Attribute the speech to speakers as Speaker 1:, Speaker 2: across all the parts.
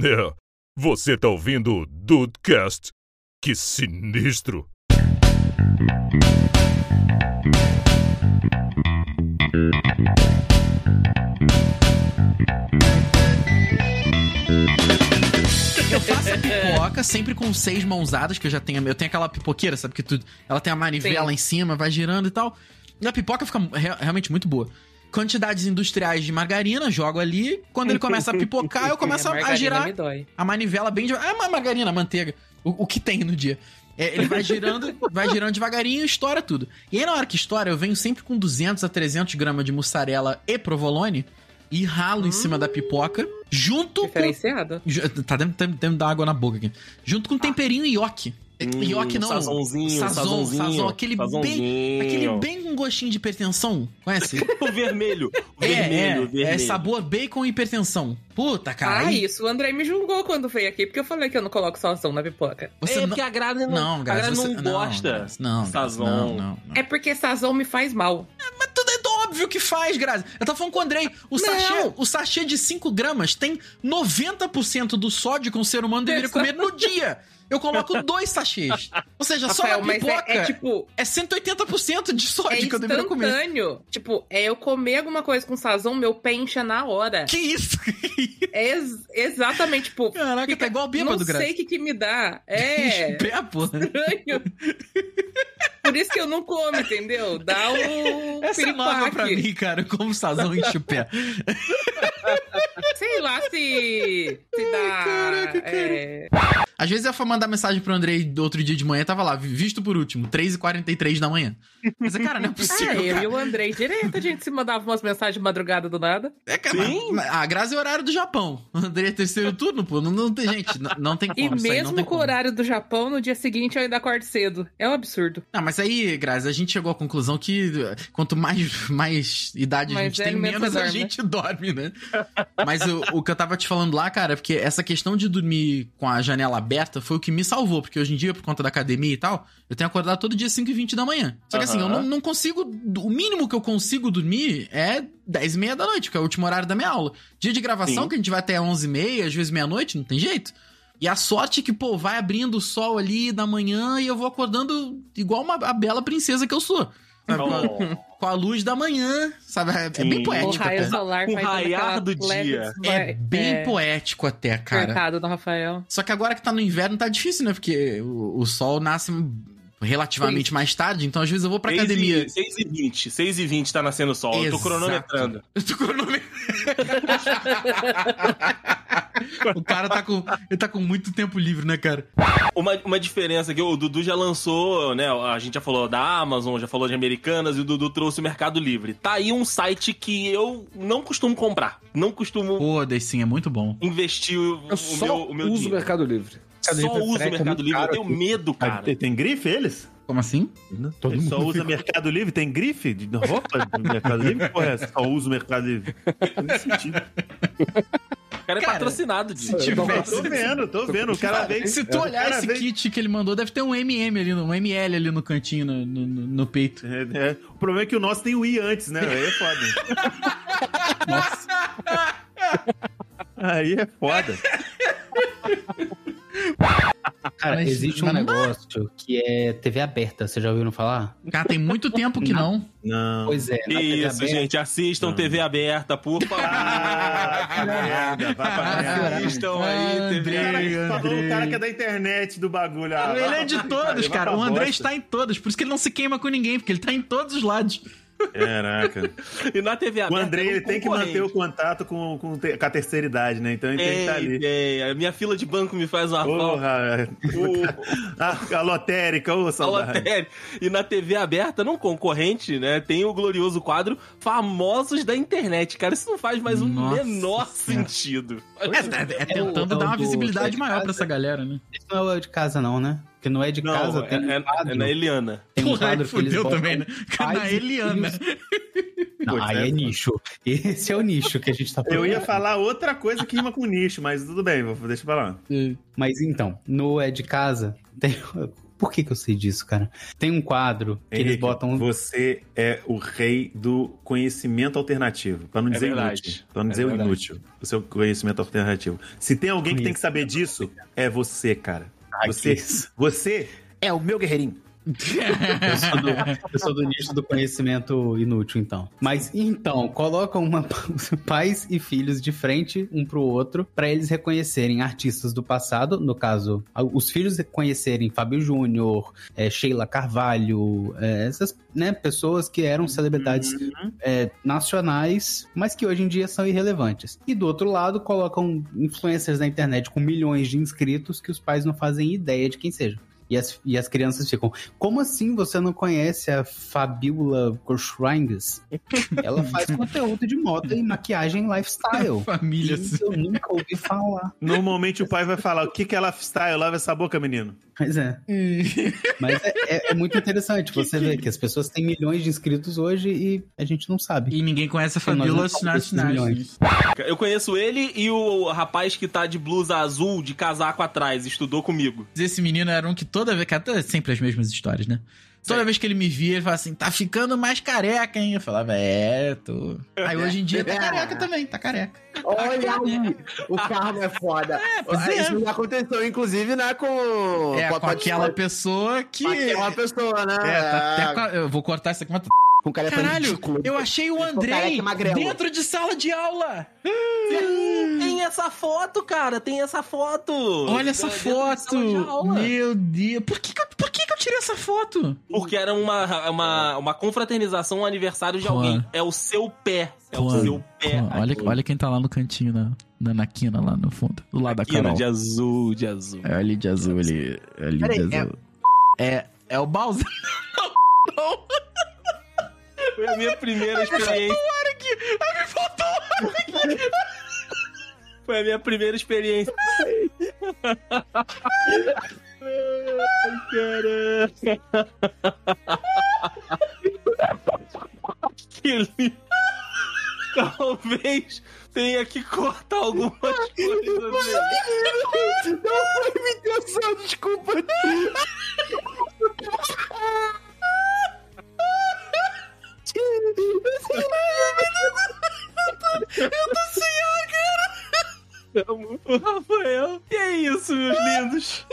Speaker 1: É, você tá ouvindo o Dudecast? Que sinistro!
Speaker 2: Eu faço a pipoca sempre com seis mãozadas, que eu já tenho. Eu tenho aquela pipoqueira, sabe? Que tu, ela tem a manivela
Speaker 3: Sim.
Speaker 2: em cima, vai girando e tal. E a pipoca fica re- realmente muito boa. Quantidades industriais de margarina, jogo ali. Quando ele começa a pipocar, eu começo
Speaker 3: É,
Speaker 2: a- a,
Speaker 3: margarina
Speaker 2: girar
Speaker 3: me dói.
Speaker 2: a manivela bem devagar. Ah, uma margarina, manteiga. O, o que tem no dia. É, ele vai girando, vai girando devagarinho e estoura tudo. E aí, na hora que estoura, eu venho sempre com 200 a 300 gramas de mussarela e provolone e ralo em cima da pipoca, junto com
Speaker 3: Diferenciado.
Speaker 2: Ju- Tá dando tem, tem dar água na boca aqui. Junto com temperinho e ioki.
Speaker 4: Hum,
Speaker 2: ioki não.
Speaker 4: Sazonzinho,
Speaker 2: sazon,
Speaker 4: sazonzinho.
Speaker 2: sazon, aquele
Speaker 4: sazonzinho.
Speaker 2: Aquele bem com gostinho de hipertensão. Conhece?
Speaker 4: O vermelho. O
Speaker 2: é,
Speaker 4: vermelho,
Speaker 2: é,
Speaker 4: o vermelho.
Speaker 2: é sabor bacon e hipertensão. Puta, cara.
Speaker 3: ah,
Speaker 2: aí
Speaker 3: isso. O André me julgou quando veio aqui, porque eu falei que eu não coloco salsão na pipoca.
Speaker 2: você
Speaker 4: é
Speaker 2: não,
Speaker 4: porque a Grazi não,
Speaker 2: não,
Speaker 4: a
Speaker 2: Grazi,
Speaker 4: Grazi
Speaker 2: você-
Speaker 4: não gosta.
Speaker 2: Grazi, Não, Grazi,
Speaker 4: Sazon.
Speaker 2: não, não, não.
Speaker 3: É porque sazão me faz mal.
Speaker 2: Mas tudo é óbvio que faz, Grazi. Eu tava falando com o Andrei. O sachê, o sachê de 5 gramas tem 90% do sódio que um ser humano deveria comer no dia. Eu coloco dois sachês. Ou seja,
Speaker 3: Rafael,
Speaker 2: só na
Speaker 3: mas
Speaker 2: pipoca...
Speaker 3: é, é tipo,
Speaker 2: É 180% de
Speaker 3: é
Speaker 2: sódio que eu deveria comer.
Speaker 3: instantâneo. Tipo, é eu comer alguma coisa com sazão, meu pé incha na hora.
Speaker 2: Que isso?
Speaker 3: É ex- exatamente, tipo,
Speaker 2: Caraca,
Speaker 3: Fica-
Speaker 2: tá igual
Speaker 3: não
Speaker 2: bêbado, Graça.
Speaker 3: sei o que que me dá. É...
Speaker 2: Pé, porra.
Speaker 3: estranho. Por isso que eu não como, entendeu? Dá um
Speaker 2: Essa é nova pra
Speaker 3: piripaque.
Speaker 2: mim, cara. Como sazão enche o pé.
Speaker 3: Sei lá se. Se dá.
Speaker 2: caraca, cara.
Speaker 3: é,
Speaker 2: Às vezes eu fui mandar mensagem pro Andrei do outro dia de manhã, tava lá, visto por último, 3h43 da manhã. Mas, cara, não é
Speaker 3: Ah,
Speaker 2: possível,
Speaker 3: eu
Speaker 2: cara.
Speaker 3: e o Andrei direto, a gente se mandava umas mensagens de madrugada do nada.
Speaker 2: É, cara, mas-
Speaker 4: Sim.
Speaker 2: mas a Grazi é horário do Japão. O Andrei é terceiro turno, pô. Não, não tem, gente, não, não tem como.
Speaker 3: E
Speaker 2: Ah, isso aí não
Speaker 3: mesmo
Speaker 2: tem
Speaker 3: com o
Speaker 2: como.
Speaker 3: horário do Japão, no dia seguinte eu ainda acordo cedo. É um absurdo.
Speaker 2: Ah, mas aí, Grazi, a gente chegou à conclusão que eh, quanto mais, mais idade a
Speaker 3: Mais
Speaker 2: gente
Speaker 3: velho,
Speaker 2: tem,
Speaker 3: menos
Speaker 2: menos a
Speaker 3: dorme.
Speaker 2: gente dorme, né? mas o, o que eu tava te falando lá, cara, é porque essa questão de dormir com a janela aberta foi o que me salvou, porque hoje em dia, por conta da academia e tal, eu tenho acordado todo dia 5 e 20 da manhã. Só que assim, eu não,
Speaker 4: Aham.
Speaker 2: não consigo. O mínimo que eu consigo dormir é 10 e meia da noite, que é o último horário da minha aula. Dia de gravação,
Speaker 4: Sim.
Speaker 2: que a gente vai até 11 e meia, às vezes meia-noite, não tem jeito. E a sorte é que, pô, vai abrindo o sol ali da manhã e eu vou acordando igual uma a bela princesa que eu sou. Sabe? Com, a,
Speaker 4: Oh.
Speaker 2: com a luz da manhã, sabe? É, é bem
Speaker 4: Sim.
Speaker 3: o
Speaker 2: poético
Speaker 3: raio
Speaker 2: até.
Speaker 3: solar
Speaker 4: O
Speaker 3: faz dando
Speaker 4: raiar
Speaker 3: aquela
Speaker 4: do
Speaker 3: leve
Speaker 4: dia.
Speaker 3: desma-
Speaker 2: É bem
Speaker 3: é,
Speaker 2: poético até, cara.
Speaker 3: Coitado do Rafael.
Speaker 2: Só que agora que tá no inverno tá difícil, né? Porque o, o sol nasce relativamente mais tarde, então às vezes eu vou pra
Speaker 4: Seis e-
Speaker 2: academia.
Speaker 4: 6 e 20, 6 e 20 tá nascendo o sol. Eu tô
Speaker 2: Exato.
Speaker 4: cronometrando.
Speaker 2: Eu tô com o nome- o cara tá com. Ele tá com muito tempo livre, né, cara?
Speaker 4: Uma, uma diferença que o Dudu já lançou, né? A gente já falou da Amazon, já falou de Americanas e o Dudu trouxe o Mercado Livre. Tá aí um site que eu não costumo comprar. Não costumo
Speaker 2: Pô, Deicin, é muito bom.
Speaker 4: investir o,
Speaker 5: Eu
Speaker 4: o
Speaker 5: só
Speaker 4: meu, o meu
Speaker 5: uso o
Speaker 4: dinheiro.
Speaker 5: Mercado Livre.
Speaker 4: Só uso
Speaker 2: é
Speaker 4: o Mercado Livre. Eu tenho medo,
Speaker 6: Ah,
Speaker 4: cara.
Speaker 6: tem, tem grife eles?
Speaker 2: Como assim?
Speaker 6: Todo Ele só usa Mercado Livre? Tem grife de roupa do Mercado Livre? Que Porra, é essa? só usa o Mercado Livre. Não faz sentido.
Speaker 4: O cara é
Speaker 2: Cara,
Speaker 4: patrocinado disso.
Speaker 2: se
Speaker 6: Eu
Speaker 2: tivesse-
Speaker 6: tô vendo, tô vendo. O cara vem.
Speaker 2: Se tu olhar
Speaker 6: cara
Speaker 2: esse
Speaker 6: vem-
Speaker 2: kit que ele mandou, deve ter um MM ali, um ML ali no cantinho, no, no- no- no peito.
Speaker 6: É, é. O problema é que o nosso tem o I antes, né? Aí é foda. Aí é foda.
Speaker 7: Cara,
Speaker 2: Mas-
Speaker 7: existe um
Speaker 2: mas não dá.
Speaker 7: negócio que é TV aberta, vocês já ouviram falar?
Speaker 2: Cara, tem muito tempo que não.
Speaker 6: Não.
Speaker 7: Pois é, na TV
Speaker 4: Isso,
Speaker 7: aberta.
Speaker 4: gente. Assistam TV aberta, por favor.
Speaker 6: Ah, que merda. Vai pra merda.
Speaker 4: Assistam
Speaker 6: ah,
Speaker 4: aí, TV
Speaker 2: André.
Speaker 4: aberta.
Speaker 6: Cara, falou o cara que é da internet do bagulho. Ah,
Speaker 2: Ele é de todos, cara. O André está em todos. Por isso que ele não se queima com ninguém, porque ele tá em todos os lados.
Speaker 6: Caraca.
Speaker 4: E na TV
Speaker 6: O
Speaker 4: aberta.
Speaker 6: André
Speaker 4: é um
Speaker 6: ele tem que
Speaker 4: concorrente.
Speaker 6: manter o contato com, com, te- com a terceira idade, né? Então ele tem que estar
Speaker 4: É,
Speaker 6: ali.
Speaker 4: é, a minha fila de banco me faz uma falta.
Speaker 6: Porra.
Speaker 4: O-
Speaker 6: Ah, A, a lotérica, ô
Speaker 4: a
Speaker 6: saudade.
Speaker 4: lotérica. E na TV aberta, não concorrente, né? Tem o glorioso quadro Famosos da Internet. Cara, isso não faz mais o
Speaker 2: Nossa
Speaker 4: menor
Speaker 2: Senhora.
Speaker 4: sentido.
Speaker 6: né?
Speaker 2: É, é, é
Speaker 7: É o-
Speaker 2: tentando
Speaker 7: é o
Speaker 2: dar uma
Speaker 7: do- é
Speaker 2: visibilidade
Speaker 7: de
Speaker 2: maior pra
Speaker 7: casa.
Speaker 2: essa galera, né?
Speaker 7: Esse não é o de casa, não, né? Porque não é de
Speaker 4: Não,
Speaker 7: casa,
Speaker 4: é,
Speaker 7: tem
Speaker 4: é-
Speaker 7: um quadro.
Speaker 4: é na Eliana.
Speaker 7: Tem um
Speaker 2: Porra, aí
Speaker 7: quadro que eles
Speaker 2: fudeu
Speaker 7: botam
Speaker 2: também, né?
Speaker 7: pais
Speaker 2: Na
Speaker 7: e
Speaker 2: Eliana.
Speaker 7: Não, aí é nicho. Esse é o nicho que a gente tá falando.
Speaker 6: Eu ia falar outra coisa que rima com nicho, mas tudo bem, vou deixa pra lá.
Speaker 7: Mas então, no É de Casa, tem Por que, que eu sei disso, cara? Tem um quadro que eles
Speaker 6: Henrique,
Speaker 7: botam. um
Speaker 6: Você é o rei do conhecimento alternativo. Pra não
Speaker 4: É
Speaker 6: dizer
Speaker 4: verdade.
Speaker 6: inútil. Pra não
Speaker 4: É
Speaker 6: dizer o
Speaker 4: verdade.
Speaker 6: inútil. O seu conhecimento alternativo. Se tem alguém que tem que saber disso, é você, cara.
Speaker 7: Ah,
Speaker 6: Você,
Speaker 7: que isso.
Speaker 6: você é o meu guerreirinho.
Speaker 7: Eu sou, do, eu sou do nicho do conhecimento inútil, então. Mas então, colocam uma, pais e filhos de frente um pro outro pra eles reconhecerem artistas do passado. No caso, os filhos reconhecerem Fábio Júnior, eh, Sheila Carvalho, eh, essas né, pessoas que eram celebridades eh, nacionais, mas que hoje em dia são irrelevantes. E do outro lado, colocam influencers na internet com milhões de inscritos que os pais não fazem ideia de quem seja. E as, e as crianças ficam, como assim você não conhece a Fabiola Gorshringas? Ela faz conteúdo de moda e maquiagem lifestyle. E
Speaker 2: Família.
Speaker 7: isso eu nunca ouvi falar.
Speaker 6: Normalmente o pai vai falar: o que, que é lifestyle? Lava essa boca, menino.
Speaker 7: Mas é.
Speaker 2: Hum.
Speaker 7: Mas é, é- é muito interessante você ver que as pessoas têm milhões de inscritos hoje e a gente não sabe.
Speaker 2: E ninguém conhece a
Speaker 7: Porque nós
Speaker 2: Fabiola
Speaker 7: não falamos
Speaker 2: Snatch
Speaker 7: desses milhões.
Speaker 4: Eu conheço ele e o rapaz que tá de blusa azul, de casaco atrás, estudou comigo.
Speaker 2: Esse menino era um que toda vez. Cara, é sempre as mesmas histórias, né? Toda
Speaker 4: Sim.
Speaker 2: vez que ele me via, ele falava assim: tá ficando mais careca, hein? Eu falava, é, tô. Aí hoje em
Speaker 4: É
Speaker 2: dia tá careca também, tá careca.
Speaker 5: Olha aí, o carro é foda.
Speaker 2: pois é.
Speaker 5: Isso já aconteceu, inclusive, né, com...
Speaker 2: É, com
Speaker 5: a-
Speaker 2: aquela pessoa que.
Speaker 5: com aquela pessoa, né?
Speaker 2: É, tá
Speaker 4: Ah.
Speaker 2: até com a- Eu vou cortar isso aqui, mas. tá
Speaker 5: com cara é
Speaker 2: Caralho, eu achei o
Speaker 5: Ficou careca
Speaker 2: Andrei
Speaker 5: e magrelo.
Speaker 2: dentro de sala de aula.
Speaker 4: Tem essa foto, cara, tem essa foto. Então,
Speaker 2: Olha essa
Speaker 4: Dentro da
Speaker 2: foto.
Speaker 4: sala de aula.
Speaker 2: Meu Deus. Por que, que eu- por que, que eu tirei essa foto?
Speaker 4: Porque era uma, uma, uma confraternização, um aniversário de alguém.
Speaker 2: Juan.
Speaker 4: É o seu pé. É
Speaker 2: Juan.
Speaker 4: o seu pé.
Speaker 2: Pô, olha, olha quem tá lá no cantinho, na, na, na quina, lá no fundo. Do lado
Speaker 4: Aqui, né,
Speaker 2: da Carol.
Speaker 4: de azul, de azul.
Speaker 2: É ali de azul, ali. ali
Speaker 5: Peraí,
Speaker 2: de azul. É... é. o Bowser.
Speaker 4: Foi a minha primeira experiência.
Speaker 2: Me faltou.
Speaker 4: Foi a minha primeira experiência. Ai, Caraca. Que lindo. Talvez tenha que cortar algumas coisas. né?
Speaker 5: Não foi minha intenção, desculpa.
Speaker 4: Amo o Rafael. Que é isso, meus lindos?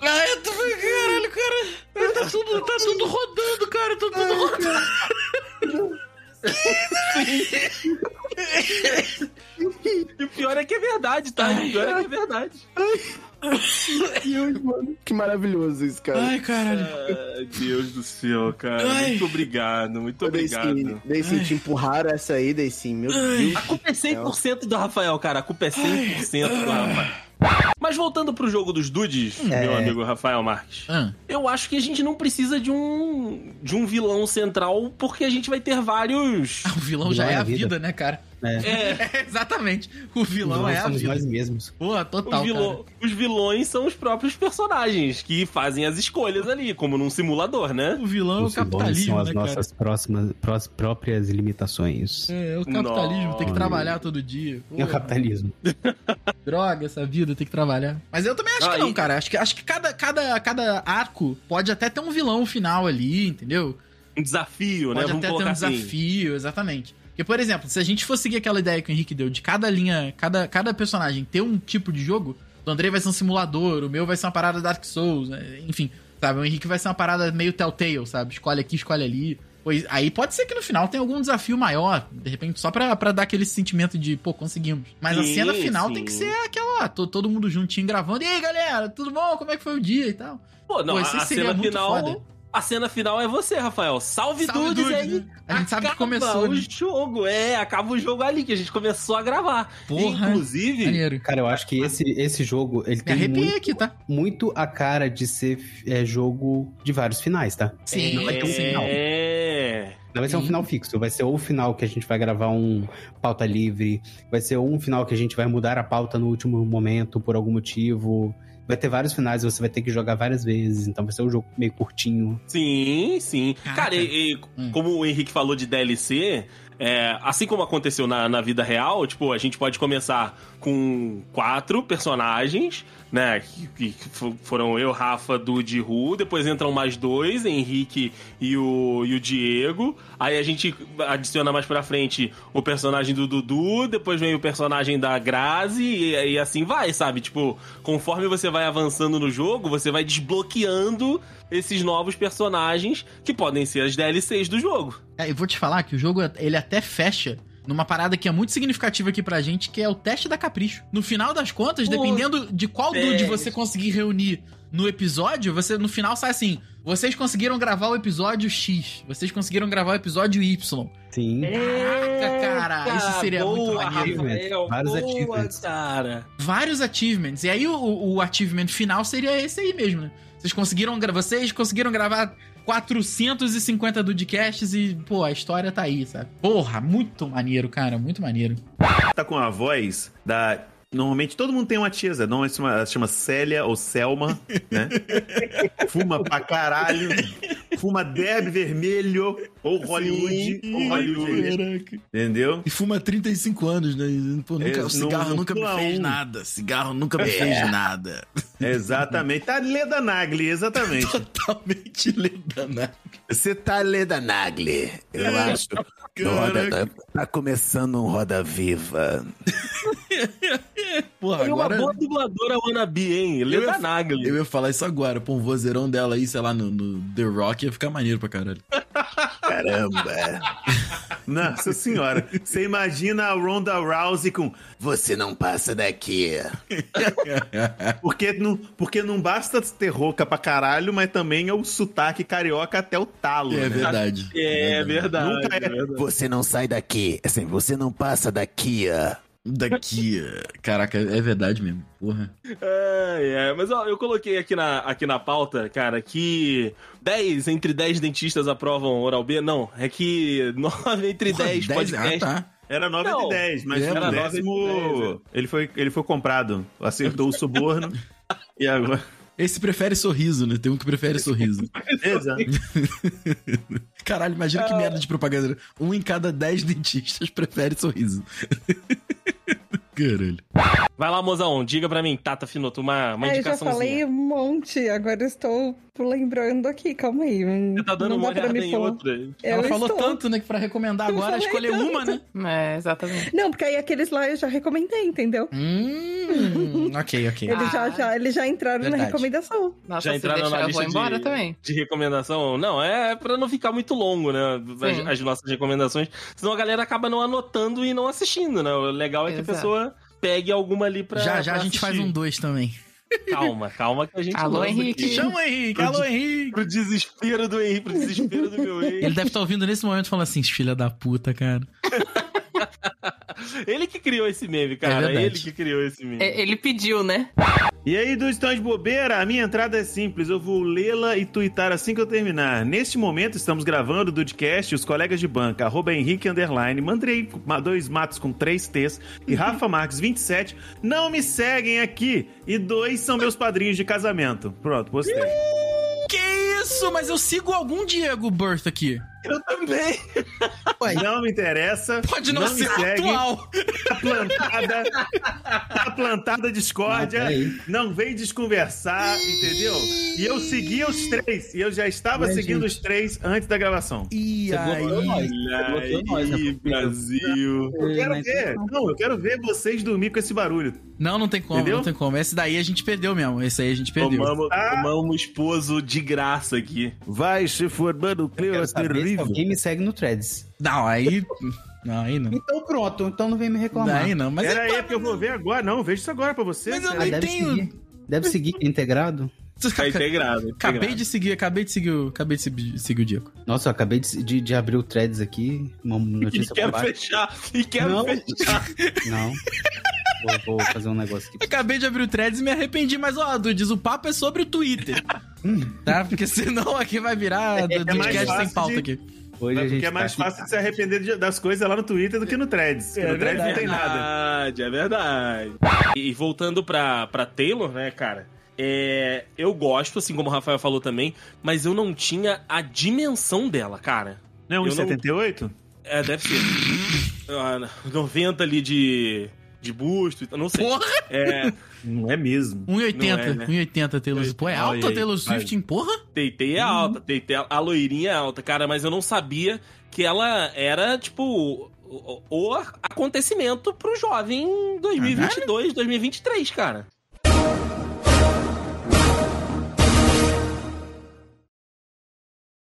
Speaker 2: Ah, eu tô. Caralho, cara. Tá tudo, tá tudo rodando, cara. Tá tudo rodando.
Speaker 4: E o pior é que é verdade, tá? O pior é que é verdade.
Speaker 5: Deus, mano. Que maravilhoso isso, cara.
Speaker 2: Ai, caralho.
Speaker 4: Ai, Deus do céu, cara.
Speaker 2: Ai.
Speaker 4: Muito obrigado, muito
Speaker 5: Deicinho,
Speaker 4: obrigado.
Speaker 5: Deicinho, te empurraram essa aí, Deicinho. Meu Deus.
Speaker 4: A culpa é 100% do Rafael, cara. A culpa é 100% do Rafael. Mas voltando pro jogo dos dudes,
Speaker 2: É.
Speaker 4: meu
Speaker 6: É.
Speaker 4: amigo Rafael Marques.
Speaker 2: Ah,
Speaker 4: Eu acho que a gente não precisa de um de um vilão central porque a gente vai ter vários.
Speaker 2: o vilão já é a vida, né, cara?
Speaker 4: É,
Speaker 2: Exatamente. O vilão
Speaker 7: Nós
Speaker 2: é a
Speaker 7: somos
Speaker 2: vida.
Speaker 7: nós mesmos.
Speaker 2: Pô,
Speaker 4: os,
Speaker 2: total,
Speaker 4: vilão- os vilões são os próprios personagens que fazem as escolhas ali, como num simulador, né?
Speaker 2: cara. O vilão é o
Speaker 7: Os vilões
Speaker 2: capitalismo,
Speaker 7: são as
Speaker 2: né, cara?
Speaker 7: nossas próximas, prós- próprias limitações.
Speaker 2: É, é o capitalismo, tem que
Speaker 7: Nossa.
Speaker 2: trabalhar todo dia. Pô,
Speaker 7: É o capitalismo.
Speaker 2: droga, essa vida, tem que trabalhar. Mas eu também acho que
Speaker 4: Ah,
Speaker 2: não,
Speaker 4: e-
Speaker 2: cara. Acho que, acho que cada, cada, cada arco pode até ter um vilão final ali, entendeu?
Speaker 4: Um desafio, né?
Speaker 2: Pode
Speaker 4: Vamos
Speaker 2: até ter um
Speaker 4: colocar assim.
Speaker 2: desafio, exatamente. Porque, por exemplo, se a gente for seguir aquela ideia que o Henrique deu de cada linha, cada, cada personagem ter um tipo de jogo, o Andrei vai ser um simulador, o meu vai ser uma parada Dark Souls, né? enfim, sabe? O Henrique vai ser uma parada meio Telltale, sabe? Escolhe aqui, escolhe ali. Pois, aí pode ser que no final tenha algum desafio maior, de repente só pra, pra dar aquele sentimento de, pô, conseguimos. Mas a
Speaker 4: Sim,
Speaker 2: cena final tem
Speaker 4: sim.
Speaker 2: que ser aquela, lá, to- todo mundo juntinho gravando, e aí galera, tudo bom? Como é que foi o dia e tal?
Speaker 4: Pô, não,
Speaker 2: Pô,
Speaker 4: a,
Speaker 2: isso
Speaker 4: a
Speaker 2: seria
Speaker 4: cena
Speaker 2: muito
Speaker 4: final.
Speaker 2: foda.
Speaker 4: A cena final é você, Rafael. Salve,
Speaker 2: Salve,
Speaker 4: dudes,
Speaker 2: dudes,
Speaker 4: aí.
Speaker 2: né? A gente sabe que
Speaker 4: acaba
Speaker 2: começou,
Speaker 4: o
Speaker 2: né?
Speaker 4: jogo, é, acaba o jogo ali que a gente começou a gravar.
Speaker 2: Porra,
Speaker 4: Inclusive,
Speaker 2: maneiro.
Speaker 7: Cara, eu acho que esse, esse jogo, ele
Speaker 2: Me
Speaker 7: tem
Speaker 2: arrepiei
Speaker 7: muito,
Speaker 2: aqui, tá?
Speaker 7: muito a cara de ser é, jogo de vários finais, tá?
Speaker 2: Sim,
Speaker 7: Não vai ter um final.
Speaker 4: é,
Speaker 7: Não vai ser um
Speaker 2: Sim.
Speaker 7: final fixo, vai ser ou o final que a gente vai gravar um pauta livre, vai ser ou um final que a gente vai mudar a pauta no último momento por algum motivo. Vai ter vários finais, você vai ter que jogar várias vezes, então vai ser um jogo meio curtinho.
Speaker 4: sim, sim.
Speaker 2: Caraca.
Speaker 4: Cara, e, e
Speaker 2: Hum.
Speaker 4: como o Henrique falou de DLC, É, assim como aconteceu na, na vida real, tipo, a gente pode começar com quatro personagens, né? Que, que fo- foram eu, Rafa, Dude e Ru. Depois entram mais dois, Henrique e o, e o Diego. Aí a gente adiciona mais pra frente o personagem do Dudu. Depois vem o personagem da Grazi. E, e assim vai, sabe? Tipo, conforme você vai avançando no jogo, você vai desbloqueando esses novos personagens que podem ser as DLCs do jogo.
Speaker 2: É, eu vou te falar que o jogo, ele até fecha numa parada que é muito significativa aqui pra gente, que é o teste da capricho. No final das contas,
Speaker 3: Pô,
Speaker 2: dependendo de qual dude
Speaker 3: sério.
Speaker 2: você conseguir reunir no episódio, você no final sai assim, vocês conseguiram gravar o episódio X, vocês conseguiram gravar o episódio Y.
Speaker 7: Sim.
Speaker 2: Caraca, cara, isso seria muito
Speaker 4: boa,
Speaker 2: maneiro.
Speaker 4: Rafael,
Speaker 7: Vários
Speaker 4: boa,
Speaker 7: achievements.
Speaker 4: cara.
Speaker 2: Vários achievements. E aí o, o achievement final seria esse aí mesmo, né? Vocês conseguiram, gra- vocês conseguiram gravar 450 Dudecasts e, pô, a história tá aí, sabe? Porra, muito maneiro, cara, muito maneiro.
Speaker 6: tá com a voz da. Normalmente todo mundo tem uma tia, Zé. Normalmente chama- ela se chama Célia ou Selma, né? Fuma pra caralho. Fuma Deb Vermelho ou Hollywood. ou Hollywood. Entendeu?
Speaker 8: E fuma há 35 anos, né? Pô, nunca,
Speaker 6: É,
Speaker 8: o cigarro
Speaker 6: não-
Speaker 8: nunca me
Speaker 6: não
Speaker 8: fez
Speaker 6: um.
Speaker 8: nada. Cigarro nunca me fez nada.
Speaker 6: Exatamente. Tá Leda Nagli, exatamente.
Speaker 8: Totalmente Leda Você tá Leda Nagli, eu acho. No Roda- tá começando um Roda Viva. Porra,
Speaker 4: Foi uma
Speaker 8: agora...
Speaker 4: boa dubladora wannabe, hein? Leda
Speaker 8: ia-
Speaker 4: Nagli.
Speaker 8: Eu ia falar isso agora, pô, um vozeirão dela aí, sei lá, no, no The Rock ia ficar maneiro pra caralho. Caramba!
Speaker 6: é. Nossa senhora. Você imagina a Ronda Rousey com.
Speaker 8: Você não passa daqui.
Speaker 6: Porque não, porque não basta ter rouca pra caralho, mas também é o sotaque carioca até o talo.
Speaker 8: É
Speaker 6: né?
Speaker 8: verdade.
Speaker 4: É verdade.
Speaker 6: Nunca é.
Speaker 8: Você não sai daqui. Assim, você não passa daqui. Daqui. Caraca, é verdade mesmo. Porra.
Speaker 4: É, é. Mas ó, eu coloquei aqui na, aqui na pauta, cara, que 10 entre 10 dentistas aprovam Oral B. Não, é que 9 entre
Speaker 8: Porra,
Speaker 4: 10
Speaker 8: dez- ah,
Speaker 4: podcasts.
Speaker 8: tá.
Speaker 6: Era 9
Speaker 4: Não,
Speaker 6: de 10, mas
Speaker 8: era
Speaker 6: era
Speaker 4: nove de
Speaker 6: décimo. Ele foi, ele foi comprado. Acertou o suborno. e agora.
Speaker 8: Esse prefere sorriso, né? Tem um que prefere sorriso.
Speaker 6: Exato.
Speaker 8: Caralho, imagina
Speaker 2: Ah.
Speaker 8: que merda de propaganda. Um em cada dez dentistas prefere sorriso. Caralho.
Speaker 4: Vai lá, mozão, diga pra mim, Tata Finoto, uma, uma
Speaker 9: Ah, eu já
Speaker 4: indicaçãozinha.
Speaker 9: falei um monte, agora eu estou lembrando aqui, calma aí. hum,
Speaker 4: Você tá dando
Speaker 9: não
Speaker 4: uma
Speaker 9: dá pra
Speaker 4: olhada
Speaker 9: me
Speaker 4: em
Speaker 9: falar.
Speaker 4: outra.
Speaker 2: Ela
Speaker 9: Eu
Speaker 2: falou
Speaker 9: estou.
Speaker 2: tanto, né, que pra recomendar agora,
Speaker 9: falei
Speaker 2: escolher uma, né?
Speaker 10: É, exatamente.
Speaker 9: Não, porque aí aqueles lá eu já recomendei, entendeu?
Speaker 2: Hum, ok, ok.
Speaker 9: Eles, já,
Speaker 10: Ah.
Speaker 9: já, eles já entraram
Speaker 2: Verdade.
Speaker 9: na recomendação.
Speaker 10: Nossa,
Speaker 4: Já
Speaker 10: se
Speaker 4: entraram
Speaker 10: deixar, eu
Speaker 4: na
Speaker 10: vou
Speaker 4: lista de-
Speaker 10: embora também.
Speaker 4: de recomendação. Não, é pra não ficar muito longo, né? As,
Speaker 10: Sim.
Speaker 4: as nossas recomendações. Senão a galera acaba não anotando e não assistindo, né? O legal é que a
Speaker 10: Exato.
Speaker 4: pessoa pegue alguma ali pra.
Speaker 2: já já a
Speaker 4: pra
Speaker 2: gente faz um
Speaker 4: assistir.
Speaker 2: dois também.
Speaker 4: Calma, calma que a gente.
Speaker 10: Alô,
Speaker 4: lança
Speaker 10: Henrique.
Speaker 4: aqui.
Speaker 2: Chama o Henrique, alô Henrique.
Speaker 4: Pro desespero do Henrique, pro desespero do meu
Speaker 2: Ele
Speaker 4: Henrique.
Speaker 2: deve
Speaker 8: tá
Speaker 2: estar ouvindo nesse momento e falando assim, filha da puta, cara.
Speaker 4: Ele que criou esse meme, cara.
Speaker 2: É verdade.
Speaker 4: ele que criou esse meme.
Speaker 10: É, ele pediu, né?
Speaker 6: E aí, do Estão de Bobeira, a minha entrada é simples. Eu vou lê-la e tuitar assim que eu terminar. Neste momento, estamos gravando o Dudcast, os colegas de banca, arroba Henrique Underline, Mandrei ma- dois matos com três T's e Rafa Marques 27 não me seguem aqui. E dois são meus padrinhos de casamento. Pronto, postei.
Speaker 2: Que isso? Mas eu sigo algum Diego Birth aqui.
Speaker 4: Eu também.
Speaker 6: Não me interessa.
Speaker 2: Pode não,
Speaker 6: me
Speaker 2: ser
Speaker 6: seguem.
Speaker 2: atual.
Speaker 6: Tá plantada. tá plantada a discórdia.
Speaker 7: peraí.
Speaker 6: não vem desconversar, entendeu? E eu segui os três. E eu já estava
Speaker 7: Mas,
Speaker 6: seguindo
Speaker 7: gente.
Speaker 6: os três antes da gravação.
Speaker 8: E
Speaker 7: bloqueou nós. Você bloqueou nós,
Speaker 4: Ih,
Speaker 7: né?
Speaker 4: Brasil.
Speaker 6: Eu quero
Speaker 7: mas-
Speaker 6: ver. Não, eu quero ver vocês dormir com esse barulho.
Speaker 2: Não, não tem como,
Speaker 6: Entendeu?
Speaker 2: não tem como. Esse daí a gente perdeu mesmo. Esse aí a gente perdeu.
Speaker 4: Tomamos,
Speaker 6: Ah.
Speaker 4: tomamos esposo de graça aqui.
Speaker 8: Vai se formando um
Speaker 7: Eu
Speaker 8: clima
Speaker 7: quero saber se
Speaker 8: terrível.
Speaker 7: alguém me segue no Threads.
Speaker 2: Não, aí... Não, aí não.
Speaker 7: Então pronto, então não vem me reclamar.
Speaker 2: Daí não, mas... é
Speaker 6: Pera
Speaker 2: eu-
Speaker 6: aí, porque eu vou ver agora. Não, eu vejo isso agora pra você.
Speaker 2: Mas eu
Speaker 7: Ah,
Speaker 2: nem
Speaker 7: deve
Speaker 2: tenho-
Speaker 7: seguir. Deve seguir que é integrado?
Speaker 4: Tá integrado.
Speaker 2: Acabei de seguir, acabei de seguir o... Acabei de se- seguir o Diego.
Speaker 7: Nossa, eu acabei de, de- de abrir o threads aqui. Uma notícia
Speaker 4: E quero
Speaker 7: baixo.
Speaker 4: fechar. E quero
Speaker 7: Não.
Speaker 4: fechar.
Speaker 7: Não. Vou, vou fazer um negócio aqui.
Speaker 2: Acabei de abrir o threads e me arrependi, mas ó, Dudes, o papo é sobre o Twitter. tá? Porque senão aqui vai virar do, do
Speaker 6: mais
Speaker 2: podcast sem
Speaker 6: fácil
Speaker 2: pauta
Speaker 6: de-
Speaker 2: aqui.
Speaker 7: Hoje a
Speaker 6: Porque
Speaker 7: gente
Speaker 6: é mais
Speaker 7: tá aqui-
Speaker 6: fácil de se arrepender de- das coisas lá no Twitter do que no Threads.
Speaker 7: É
Speaker 6: Porque no Threads não tem nada.
Speaker 4: É verdade, é verdade. E, e voltando pra, pra Taylor, né, cara? É, eu gosto, assim como o Rafael falou também, mas eu não tinha a dimensão dela, cara.
Speaker 6: Não,
Speaker 4: Eu
Speaker 6: em
Speaker 4: não-
Speaker 6: 78?
Speaker 4: É, deve ser. Ah, 90 ali de, de busto, então não sei.
Speaker 2: Porra!
Speaker 4: É,
Speaker 6: Não é mesmo.
Speaker 2: 1,80.
Speaker 4: Não é, né?
Speaker 2: 1,80 Taylor Swift. Pô, é
Speaker 4: Olha
Speaker 2: alta
Speaker 4: aí,
Speaker 2: Taylor
Speaker 4: vai.
Speaker 2: Swift, hein? Porra?
Speaker 4: Teitei é alta, Teitei, a loirinha é alta, cara, mas eu não sabia que ela era, tipo, o, o- o acontecimento pro jovem 2022, 2023, cara.